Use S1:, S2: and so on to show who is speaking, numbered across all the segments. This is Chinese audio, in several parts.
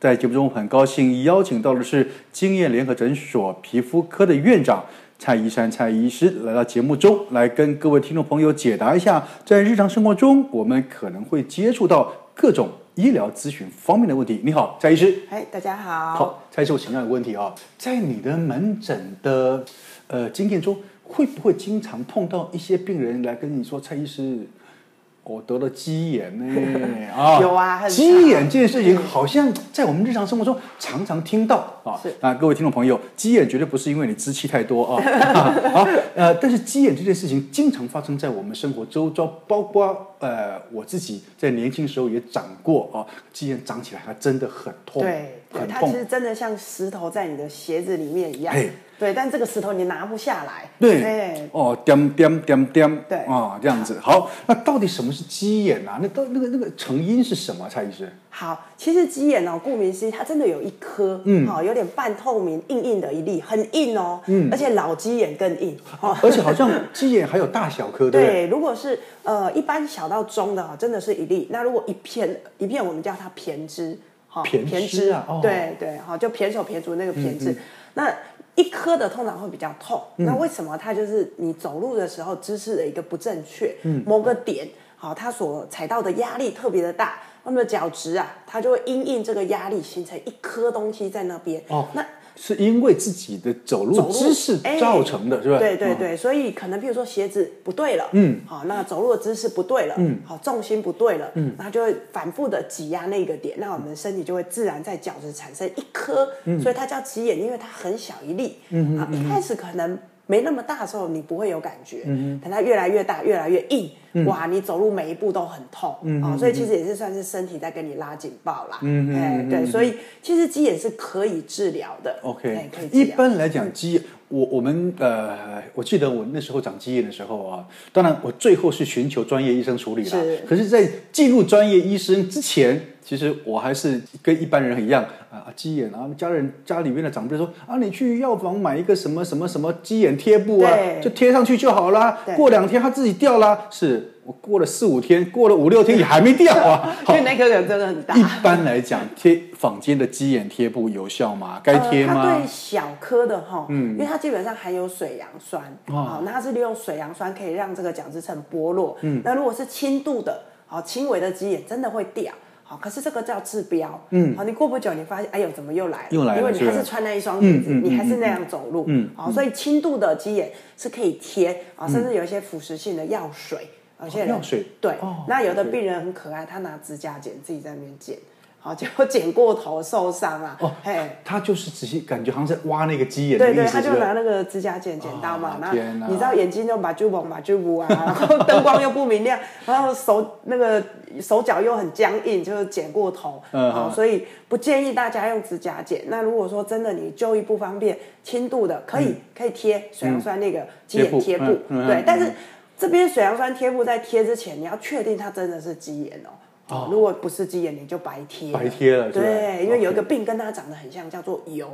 S1: 在节目中，很高兴邀请到的是经验联合诊所皮肤科的院长蔡依山蔡医师来到节目中，来跟各位听众朋友解答一下，在日常生活中我们可能会接触到各种医疗咨询方面的问题。你好，蔡医师。
S2: 哎，大家好。
S1: 好，蔡医师，我请教一个问题啊、在你的门诊的呃经验中，会不会经常碰到一些病人来跟你说，蔡医师，我得了鸡眼 呢、啊，
S2: 有啊很
S1: 鸡眼这件事情好像在我们日常生活中常常听到啊
S2: 是。
S1: 那各位听众朋友，鸡眼绝对不是因为你支气太多 啊啊呃，但是鸡眼这件事情经常发生在我们生活周遭，包括呃我自己在年轻时候也长过啊，鸡眼长起来它真的很痛，
S2: 对，对
S1: 哦很
S2: 它
S1: 痛
S2: 其。实真的像石头在你的鞋子里面一样
S1: 嘿。
S2: 对，但这个石头你拿不下来。
S1: 对，
S2: 对，
S1: 哦，点点点点，
S2: 哎对
S1: 啊，这样子。好，那到底什么是鸡眼啊？那到那个那个成因是什么啊，蔡医师？
S2: 好，其实鸡眼哦，顾名思义，它真的有一颗，哦
S1: 嗯
S2: 好、有点半透明、硬硬的一粒，很硬哦，嗯，而且老鸡眼更硬，哦，
S1: 而且好像鸡眼还有大小颗，对不对？
S2: 对，如果是呃一般小到中的哦，真的是一粒。那如果一片一片，我们叫它胼枝，哈、
S1: 胼
S2: 胼
S1: 枝啊哦嗯
S2: 对对，好、就胼手胼足那个胼枝。那一颗的通常会比较痛，那为什么它就是你走路的时候姿势的一个不正确，
S1: 嗯
S2: 某个点，好、它所踩到的压力特别的大，那么脚趾啊，它就会因应这个压力形成一颗东西在那边。
S1: 哦
S2: 那
S1: 是因为自己的走路
S2: 走路
S1: 姿势
S2: 哎
S1: 造成的，是吧？
S2: 对对
S1: 嗯。
S2: 对，所以可能比如说鞋子不对了，
S1: 嗯，
S2: 好，那走路的姿势不对了，嗯，好，重心不对了，嗯，那就会反复的挤压那个点，那我们的身体就会自然在脚趾产生一颗，
S1: 嗯
S2: 所以它叫挤眼，因为它很小一粒，嗯啊，一开始可能。没那么大的时候，你不会有感觉，
S1: 嗯
S2: 等它越来越大，越来越硬，哇，你走路每一步都很痛啊、
S1: 嗯
S2: 所以其实也是算是身体在跟你拉警报啦，嗯哎，对，所以其实鸡眼是可以治疗的
S1: OK，
S2: 哎可以治
S1: 一
S2: 疗。
S1: 般来讲，鸡眼，我我们呃，我记得我那时候长鸡眼的时候啊，当然我最后是寻求专业医生处理了
S2: 是。
S1: 可是，在进入专业医生之前，其实我还是跟一般人一样啊，鸡眼啊，家人家里面的长辈说啊，你去药房买一个什么什么什么鸡眼贴布啊，
S2: 对
S1: 就贴上去就好啦。
S2: 对
S1: 过两天它自己掉啦。是我过了四五天，过了五六天也还没掉啊。 好
S2: 因为那颗可能真的很大。
S1: 一般来讲，贴坊间的鸡眼贴布有效吗？该贴吗？嗯
S2: 呃它对小颗的哈，因为它基本上含有水杨酸，
S1: 哦
S2: 好、那它是利用水杨酸可以让这个角质层剥落。嗯，那如果是轻度的，好、轻微的鸡眼真的会掉。好，可是这个叫治标。嗯，好，你过不久你发现，哎呦，怎么又来了？
S1: 又来了
S2: 因为
S1: 是
S2: 你
S1: 吧
S2: 还是穿那一双鞋子，
S1: 嗯嗯嗯
S2: 你还是那样走路。嗯，好，所以轻度的鸡眼是可以贴啊，甚至有一些腐蚀性的药水，有些人
S1: 嗯药水
S2: 对。
S1: 哦
S2: 那有的
S1: OK
S2: 病人很可爱，他拿指甲剪自己在那边剪，好，结果剪过头受伤啊。
S1: 哦
S2: 嘿，
S1: 他就是仔细感觉好像在挖那个鸡眼的
S2: 对
S1: 意
S2: 对，
S1: 思，
S2: 他
S1: 是
S2: 就
S1: 不是？
S2: 拿那个指甲剪剪刀嘛
S1: 啊，
S2: 然
S1: 天哪
S2: 后你知道眼睛就把就蒙把就补啊， 然后灯光又不明亮， 然后手那个手脚又很僵硬，就是剪过头，
S1: 嗯
S2: 好，所以不建议大家用指甲剪。那如果说真的你就医不方便，轻度的可以可以贴水杨酸那个鸡
S1: 贴布
S2: 眼贴布
S1: 嗯，嗯嗯
S2: 对，但是这边水杨酸贴布在贴之前，你要确定它真的是鸡眼哦。哦，如果不是鸡眼，你就白贴了，
S1: 白贴了是吧
S2: 对，因为有一
S1: OK
S2: 个病跟它长得很像，叫做疣。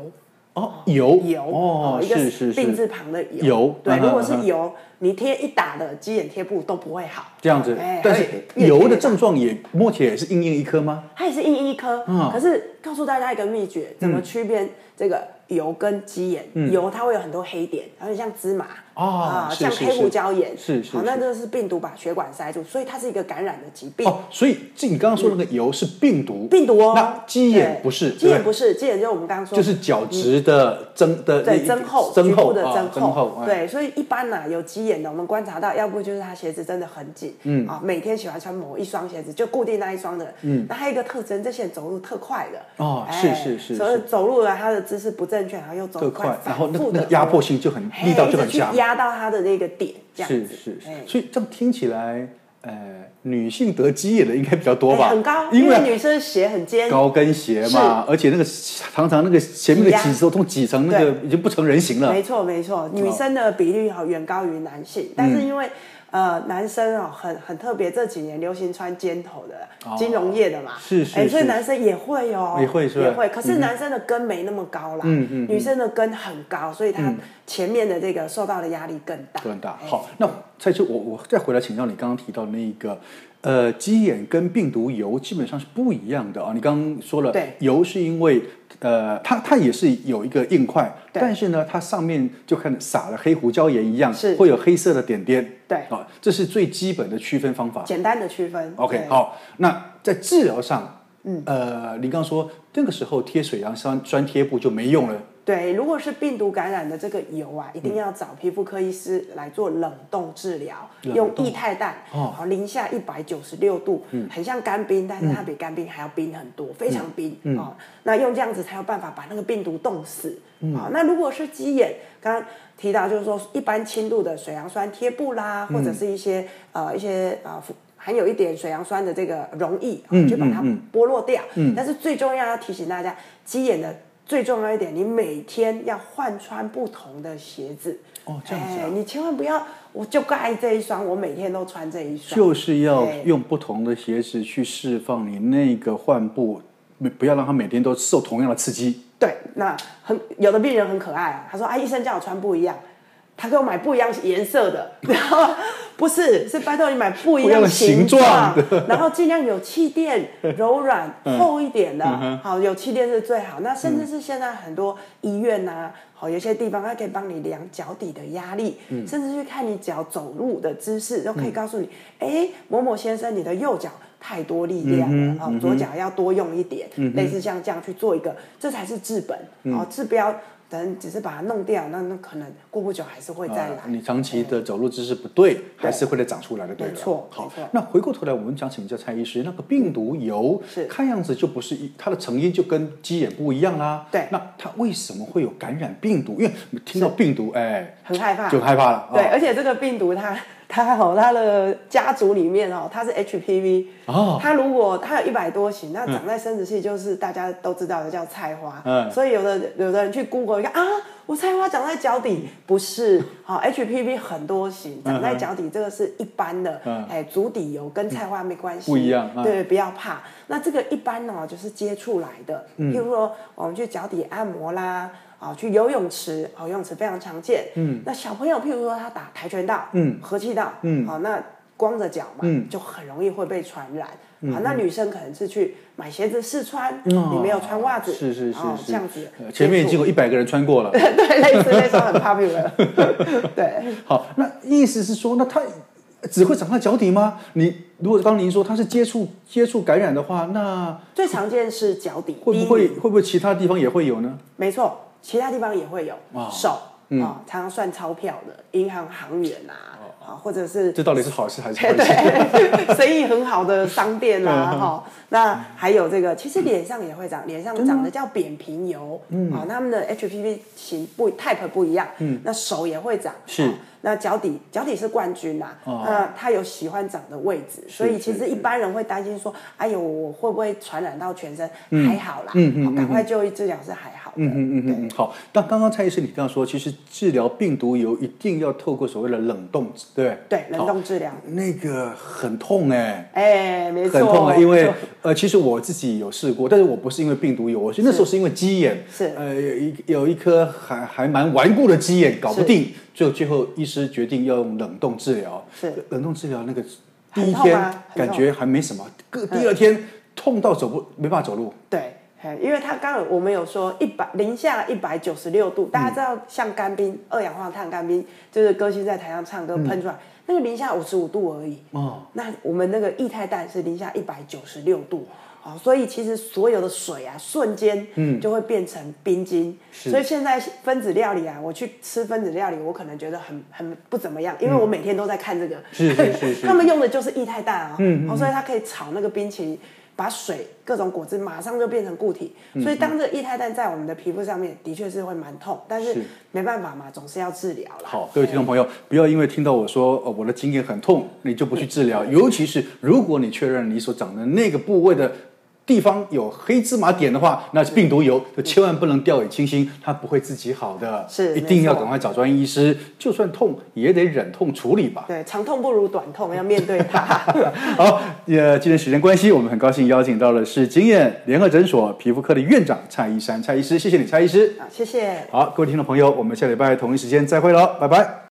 S1: 哦，油
S2: 油
S1: 哦，
S2: 一个
S1: 是是
S2: 病字
S1: 是，
S2: 旁的油。
S1: 油
S2: 对，
S1: 嗯
S2: 如果是
S1: 嗯嗯
S2: 油，你贴一打的鸡眼贴布都不会好。
S1: 这样子
S2: 哎。
S1: 但是
S2: 而且
S1: 油的症状也摸起来也是硬硬一颗吗？
S2: 它也是硬硬一颗
S1: 嗯，
S2: 可是告诉大家一个秘诀，怎么区别这个油跟鸡眼，油它会有很多黑点，而且像芝麻
S1: 啊嗯是
S2: 像
S1: 是
S2: 黑
S1: 是
S2: 胡椒盐，
S1: 是是
S2: 好，那
S1: 是
S2: 这是病毒把血管塞住，所以它是一个感染的疾病。
S1: 哦，所以这你刚刚说那个油是病毒，
S2: 病毒哦，
S1: 那鸡眼不是，
S2: 对鸡眼不
S1: 是，
S2: 是，鸡眼就是我们刚刚说，
S1: 就是角质的增的
S2: 对
S1: 那
S2: 增厚，
S1: 增
S2: 局部
S1: 厚
S2: 的
S1: 啊
S2: 增
S1: 增厚，哎，
S2: 对，所以一般呐、有鸡眼的，我们观察到，要不就是他鞋子真的很紧，嗯啊，每天喜欢穿某一双鞋子，就固定那一双的，嗯，那还有一个特征，这些人走路特快的，
S1: 哦
S2: 哎
S1: 是是是
S2: 所以
S1: 是
S2: 走路了，他的姿势不正确，然后又走
S1: 特
S2: 得
S1: 快，然
S2: 反
S1: 后那
S2: 复
S1: 那
S2: 的哎
S1: 个压迫性就很力道就很强，
S2: 压到他的那个点，这样
S1: 是
S2: 子，
S1: 是是
S2: 哎，
S1: 所以这样听起来，呃，女性得鸡眼的应该比较多吧？
S2: 哎很高，
S1: 因
S2: 因
S1: 为
S2: 女生鞋很尖，
S1: 高跟鞋
S2: 是
S1: 嘛，而且那个常常那个前面的
S2: 挤压
S1: 挤子都通挤成那个已经不成人形了
S2: 没。错没
S1: 嗯
S2: 错，女生的比率哈远高于男性，但是因为、呃男生哦很很特别，这几年流行穿尖头的啦、金融业的嘛，
S1: 哦是是
S2: 哎所以
S1: 是
S2: 男生也会哦，
S1: 也会是吧嗯
S2: 也会，可是男生的根没那么高啦，嗯嗯，女生的根很高，所以她前面的这个受到的压力更大，
S1: 多很嗯大。
S2: 哎
S1: 好，那蔡秋，我我再回来请教你刚刚提到那一个，呃，鸡眼跟病毒疣基本上是不一样的啊、你刚刚说了，
S2: 对
S1: 疣是因为呃，它它也是有一个硬块，
S2: 对
S1: 但是呢，它上面就看撒了黑胡椒盐一样，
S2: 是
S1: 会有黑色的点点。
S2: 对
S1: 啊、这是最基本的区分方法。
S2: 简单的区分
S1: OK，
S2: 对
S1: 好，那在治疗上，嗯，呃，您刚说那个时候贴水杨酸酸贴布就没用了。
S2: 对，如果是病毒感染的这个油啊，一定要找皮肤科医师来做冷冻治疗，用液态氮，
S1: 哦
S2: 好零下一百九十六度，很像干冰，但是它比干冰还要冰很多，非常冰哦。那用这样子才有办法把那个病毒冻死。好，那如果是鸡眼，刚刚提到就是说，一般轻度的水杨酸贴布啦，或者是一些呃一些呃。含有一点水杨酸的这个溶液，哦就把它剥落掉。但是最重要要提醒大家，鸡眼的最重要一点，你每天要换穿不同的鞋子。
S1: 哦这样子啊
S2: 哎你千万不要，我就爱这一双，我每天都穿这一双。
S1: 就是要
S2: 对
S1: 用不同的鞋子去释放你那个患部，没不要让它每天都受同样的刺激。
S2: 对，那很有的病人很可爱啊，他说啊，医生叫我穿不一样，他给我买不一样颜色的，然后不是是拜托你买不一
S1: 不一样
S2: 样
S1: 的形
S2: 形
S1: 状的
S2: 然后尽量有气垫、 柔软、
S1: 嗯
S2: 厚一点的，好有气垫是最好。那甚至是现在很多医院呐、好有些地方它可以帮你量脚底的压力，
S1: 嗯
S2: 甚至去看你脚走路的姿势，都可以告诉你，
S1: 嗯
S2: 哎、某某先生，你的右脚。太多力量
S1: 嗯
S2: 了，哦，左脚要多用一点，类似像这样去做一个，这才是治本，
S1: 嗯
S2: 哦，治标等只是把它弄掉，那那可能过不久还是会再来
S1: 啊，。你长期的走路姿势不对，还是会再长出来的，对了。
S2: 没错
S1: 好
S2: 没错，
S1: 那回过头来，我们想请教蔡医师，那个病毒疣
S2: 是
S1: 看样子就不是一，它的成因就跟鸡眼不一样啦。
S2: 对
S1: 那它为什么会有感染病毒？因为听到病毒，哎，
S2: 很害怕，
S1: 就害怕了。
S2: 对，
S1: 啊
S2: 而且这个病毒它 它哦，它的家族里面哦，它是 HPV
S1: 哦
S2: 它如果它有一百多型，那长在生殖器就是大家都知道的叫菜花，
S1: 嗯
S2: 所以有的有的人去 Google 一看啊，我菜花长在脚底，不是，好、HPV 很多型，长在脚底这个是一般的，
S1: 嗯
S2: 哎，足底油跟菜花没关系，
S1: 不一样嗯
S2: 对，不要怕。那这个一般哦，就是接触来的，
S1: 嗯
S2: 譬如说我们去脚底按摩啦，啊，去游泳池，哦，游泳池非常常见。嗯，那小朋友，譬如说他打跆拳道，
S1: 嗯
S2: 合气道，
S1: 嗯
S2: 好、那光着脚嘛，
S1: 嗯
S2: 就很容易会被传染。好，那女生可能是去买鞋子试穿，
S1: 嗯
S2: 你没有穿袜子，
S1: 是是是
S2: 哦
S1: 是，
S2: 这样子
S1: 呃前面已经有一百个人穿过了。
S2: 接触 对，类似类似很 popular，对。
S1: 好，那意思是说，那它只会长在脚底吗？你如果刚您说它是接触接触感染的话，那
S2: 最常见是脚底，
S1: 会
S2: 第一
S1: 不会会不会其他地方也会有呢？
S2: 没错，其他地方也会有
S1: 哇
S2: 手
S1: 嗯
S2: 啊，常常算钞票的银行行员啊，
S1: 哦
S2: 啊，或者是
S1: 这到底是好事还是坏事？
S2: 对生意很好的商店啊，
S1: 嗯
S2: 哈，那还有这个，其实脸上也会长，脸上长的叫扁平疣，嗯，啊，他们的 HPV 型不 type 不一样，嗯，那手也会长，
S1: 是
S2: 啊那脚底脚底是冠军呐、
S1: 哦
S2: 那它有喜欢长的位置，所以其
S1: 是
S2: 实一般人会担心说，哎呦，我会不会传染到全身？还好啦，哦
S1: 嗯嗯
S2: 好赶快就医治疗是还好的，
S1: 嗯嗯嗯嗯嗯，好。但刚刚蔡医师你刚刚说，其实治疗病毒疣一定要透过所谓的冷冻，对不
S2: 对，冷
S1: 好
S2: 冻治疗，
S1: 那个很痛哎、
S2: 哎、没错，
S1: 很痛啊，因为
S2: 就
S1: 呃，其实我自己有试过，但是我不是因为病毒有，我是那时候是因为鸡眼，
S2: 是
S1: 呃，有一有一颗还还蛮顽固的鸡眼，搞不定，最后最后医师决定要用冷冻治疗，
S2: 是
S1: 冷冻治疗那个第
S2: 很
S1: 一
S2: 痛嗯
S1: 天
S2: 啊很
S1: 感
S2: 痛
S1: 觉还没什么，个第二天痛到走不没办法走路，
S2: 对，嘿因为它刚有我们有说一百零下一百九十六
S1: 嗯
S2: 度，大家知道像干冰、二氧化碳干冰，就是歌星在台上唱歌喷出来，那个零下五十五度而已。
S1: 嗯哦，
S2: 那我们那个液态氮是零下一百九十六度，好，所以其实所有的水啊，瞬间
S1: 嗯
S2: 就会变成冰晶。所以现在分子料理啊，我去吃分子料理，我可能觉得很很不怎么样，因为我每天都在看这个。
S1: 嗯是是是是
S2: 他们用的就是液态氮啊，嗯所以它可以炒那个冰淇淋。把水各种果汁马上就变成固体，
S1: 嗯
S2: 所以当这个液态氮在我们的皮肤上面，的确是会蛮痛，但是
S1: 是
S2: 没办法嘛，总是要治疗啦。
S1: 好，各位听众朋友，不要因为听到我说呃我的经验很痛，你就不去治
S2: 嗯
S1: 疗。尤其是如果你确认你所长的那个部位的地方有黑芝麻点的话，那是病毒
S2: 嗯
S1: 疣，就千万不能掉以轻心，它不会自己好的，
S2: 是
S1: 一定要
S2: 没错
S1: 赶快找专业医师，就算痛也得忍痛处理吧。
S2: 对，长痛不如短痛，要面对 它。
S1: 好，呃，今天时间关系，我们很高兴邀请到的是经验联合诊所皮肤科的院长蔡医山蔡医师，谢谢你，蔡医师。
S2: 好，谢谢。
S1: 好，各位听众朋友，我们下礼拜同一时间再会喽，拜拜。